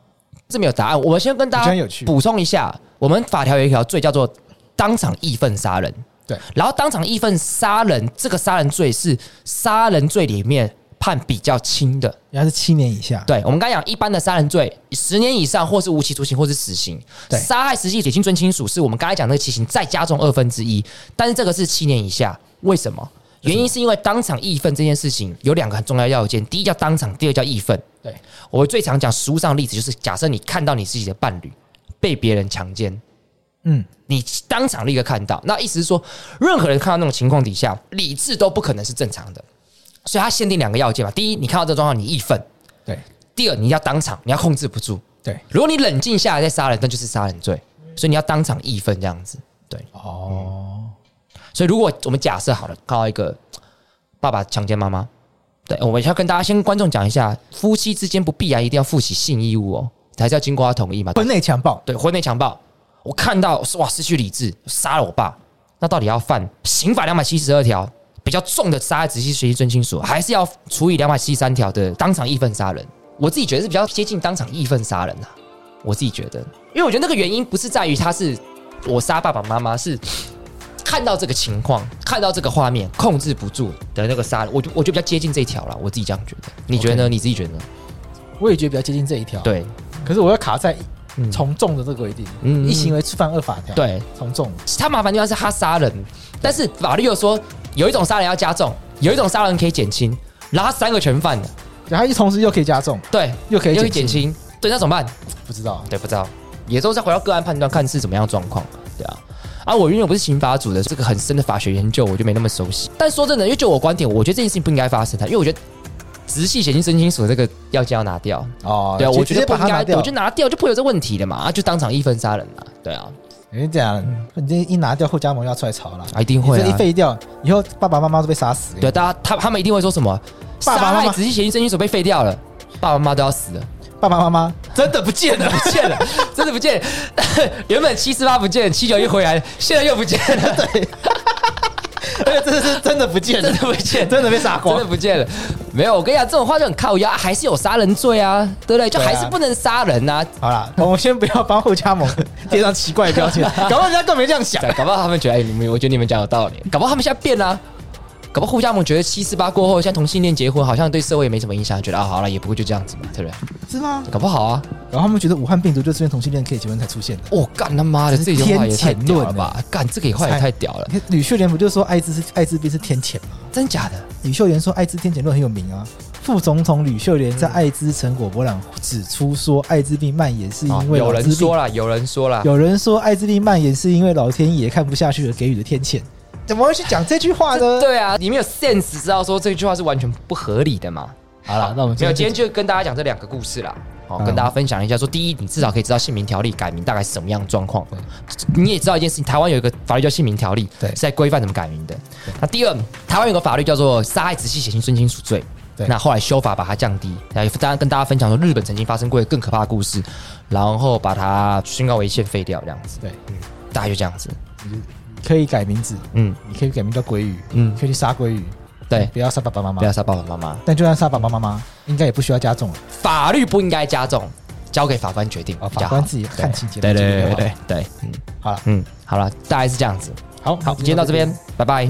[SPEAKER 1] 这没有答案。我们先跟大
[SPEAKER 2] 我觉得很
[SPEAKER 1] 家
[SPEAKER 2] 有趣
[SPEAKER 1] 补充一下，我们法条有一条罪叫做当场义愤杀人。
[SPEAKER 2] 对，
[SPEAKER 1] 然后当场义愤杀人，这个杀人罪是杀人罪里面判比较轻的，
[SPEAKER 2] 原来是七年以下。
[SPEAKER 1] 对，我们刚才讲一般的杀人罪，十年以上或是无期徒刑或是死刑。
[SPEAKER 2] 对
[SPEAKER 1] 杀害实际血亲尊亲属是我们刚才讲那个期刑再加重二分之一，但是这个是七年以下，为什么？原因是因为当场义愤这件事情有两个很重要要件，第一叫当场，第二叫义愤。
[SPEAKER 2] 对，
[SPEAKER 1] 我最常讲实务上的例子就是，假设你看到你自己的伴侣被别人强奸，
[SPEAKER 2] 嗯，
[SPEAKER 1] 你当场立刻看到，那意思是说，任何人看到那种情况底下，理智都不可能是正常的，所以它限定两个要件嘛。第一，你看到这个状况你义愤，
[SPEAKER 2] 对
[SPEAKER 1] 第二，你要当场，你要控制不住。
[SPEAKER 2] 对，
[SPEAKER 1] 如果你冷静下来再杀人，那就是杀人罪，所以你要当场义愤这样子。对，
[SPEAKER 2] 哦，
[SPEAKER 1] 所以如果我们假设好了，看到一个爸爸强奸妈妈，对，我们要跟大家先观众讲一下，夫妻之间不必啊然一定要负起性义务哦，还是要经过他同意嘛。
[SPEAKER 2] 婚内强暴，
[SPEAKER 1] 对，婚内强暴，我看到哇，失去理智，杀了我爸，那到底要犯刑法两百七十二条比较重的杀害直系血亲尊亲属，还是要处以两百七十三条的当场义愤杀人？我自己觉得是比较接近当场义愤杀人啊，我自己觉得，因为我觉得那个原因不是在于他是我杀爸爸妈妈，是看到这个情况，看到这个画面，控制不住的那个杀人，我就我就比较接近这一条了，我自己这样觉得。你觉得呢？你自己觉得呢？
[SPEAKER 2] 我也觉得比较接近这一条。，
[SPEAKER 1] 对，
[SPEAKER 2] 可是我要卡在
[SPEAKER 1] 嗯
[SPEAKER 2] 从重的这个规定，
[SPEAKER 1] 嗯
[SPEAKER 2] 一行为触犯二法条，，
[SPEAKER 1] 对，
[SPEAKER 2] 从重的。
[SPEAKER 1] 他麻烦地方是他杀人，但是法律又说有一种杀人要加重，有一种杀人可以减轻，然后他三个全犯了，
[SPEAKER 2] 然后一同时又可以加重，
[SPEAKER 1] 对，
[SPEAKER 2] 又可以
[SPEAKER 1] 又可以
[SPEAKER 2] 减
[SPEAKER 1] 减轻，对，那怎么办？
[SPEAKER 2] 不知道。
[SPEAKER 1] 对，不知道，也都是要回到个案判断，看是怎么样的状况，对啊。啊，我因为我不是刑法组的，这个很深的法学研究，我就没那么熟悉。但说真的，因为就我观点，我觉得这件事情不应该发生的，因为我觉得直系血亲身亲属这个要件要拿掉，
[SPEAKER 2] 哦，
[SPEAKER 1] 对啊，
[SPEAKER 2] 就
[SPEAKER 1] 我
[SPEAKER 2] 直
[SPEAKER 1] 觉
[SPEAKER 2] 接
[SPEAKER 1] 得
[SPEAKER 2] 把
[SPEAKER 1] 不
[SPEAKER 2] 它
[SPEAKER 1] 应
[SPEAKER 2] 拿
[SPEAKER 1] 该，
[SPEAKER 2] 掉
[SPEAKER 1] 我就。拿掉就不会有这问题了嘛，啊，就当场一分杀人了，对啊，
[SPEAKER 2] 你这样，你这一拿掉，后加盟要出来吵了。
[SPEAKER 1] 啊，一定
[SPEAKER 2] 你
[SPEAKER 1] 会、啊，
[SPEAKER 2] 这嗯一废掉，以后爸爸妈妈都被杀死。
[SPEAKER 1] 对，啊大家他他们一定会说什么？
[SPEAKER 2] 爸爸妈妈
[SPEAKER 1] 杀害直系血亲真亲属被废掉了，爸爸妈妈都要死了，
[SPEAKER 2] 爸爸妈妈真的不见了，
[SPEAKER 1] 不见了， 真的不见。原本七十八不见，七九一回来，现在又不见了，
[SPEAKER 2] 而哎且真的是真的不见
[SPEAKER 1] 真
[SPEAKER 2] 了
[SPEAKER 1] 的，不见，
[SPEAKER 2] 真的被杀
[SPEAKER 1] 真
[SPEAKER 2] 光
[SPEAKER 1] 的。不见了。没有，我跟你讲，这种话就很靠腰，啊还是有杀人罪啊，对不对？就
[SPEAKER 2] 对啊
[SPEAKER 1] 还是不能杀人啊。
[SPEAKER 2] 好 啦，我们先不要帮后加 盟贴上奇怪的标签， 搞不好人家更没这样想
[SPEAKER 1] 对。搞不好他们觉得，哎，你们，我觉得你们讲有道理。搞不好他们现在变了、搞不好互加盟觉得七十八过后，像同性恋结婚好像对社会也没什么影响，觉得啊，好了，也不过就这样子嘛，对不对？
[SPEAKER 2] 是吗？
[SPEAKER 1] 搞不好啊，
[SPEAKER 2] 然后他们觉得武汉病毒就是因为同性恋可以结婚才出现的。
[SPEAKER 1] 我、哦干他妈的，
[SPEAKER 2] 这
[SPEAKER 1] 这
[SPEAKER 2] 是
[SPEAKER 1] 句话也太
[SPEAKER 2] 天谴
[SPEAKER 1] 屌了
[SPEAKER 2] 论
[SPEAKER 1] 吧！干这个也话也
[SPEAKER 2] 才
[SPEAKER 1] 太屌了，
[SPEAKER 2] 你看吕秀莲不就说艾滋是艾滋病是天谴吗？
[SPEAKER 1] 真假的？
[SPEAKER 2] 吕秀莲说艾滋天谴论很有名啊。副总统吕秀莲在艾滋成果博览指出说，艾滋病蔓延是
[SPEAKER 1] 啊
[SPEAKER 2] 因为
[SPEAKER 1] 有
[SPEAKER 2] 老
[SPEAKER 1] 人
[SPEAKER 2] 资病
[SPEAKER 1] 说了，有人说了，
[SPEAKER 2] 有人说艾滋病蔓延是因为老天爷看不下去而给予的天谴，怎么会去讲这句话呢？
[SPEAKER 1] 对啊，你没有 sense 知道说这句话是完全不合理的嘛？
[SPEAKER 2] 好了，那我们
[SPEAKER 1] 没有，今天
[SPEAKER 2] 天
[SPEAKER 1] 就跟大家讲这两个故事啦。好，
[SPEAKER 2] 嗯
[SPEAKER 1] 跟大家分享一下，说第一，你至少可以知道姓名条例改名大概是什么样的状况。你也知道一件事情，台湾有一个法律叫姓名条例，
[SPEAKER 2] 对
[SPEAKER 1] 是在规范怎么改名的。那第二，台湾有个法律叫做杀害、直系血亲尊亲属罪。
[SPEAKER 2] 对
[SPEAKER 1] 那后来修法把它降低，然后当然跟大家分享说，日本曾经发生过一个更可怕的故事，然后把它宣告违宪废掉，这样子，
[SPEAKER 2] 对，
[SPEAKER 1] 大概就这样子。
[SPEAKER 2] 可以改名字，
[SPEAKER 1] 嗯，
[SPEAKER 2] 你可以改名叫鲑鱼，
[SPEAKER 1] 嗯
[SPEAKER 2] 嗯，可以去杀鲑鱼，
[SPEAKER 1] 对，
[SPEAKER 2] 不要杀爸爸妈妈
[SPEAKER 1] 不要。杀爸爸妈妈，
[SPEAKER 2] 但就算杀爸爸妈妈，应该也不需要加重了
[SPEAKER 1] 法律不应该加重，交给法官决定
[SPEAKER 2] 啊，
[SPEAKER 1] 比较
[SPEAKER 2] 法
[SPEAKER 1] 好。
[SPEAKER 2] 官自己看情节。
[SPEAKER 1] 对对对对对，嗯
[SPEAKER 2] 好了，
[SPEAKER 1] 嗯，好了，大概是这样子。
[SPEAKER 2] 好
[SPEAKER 1] 好，今天到这边，，拜拜。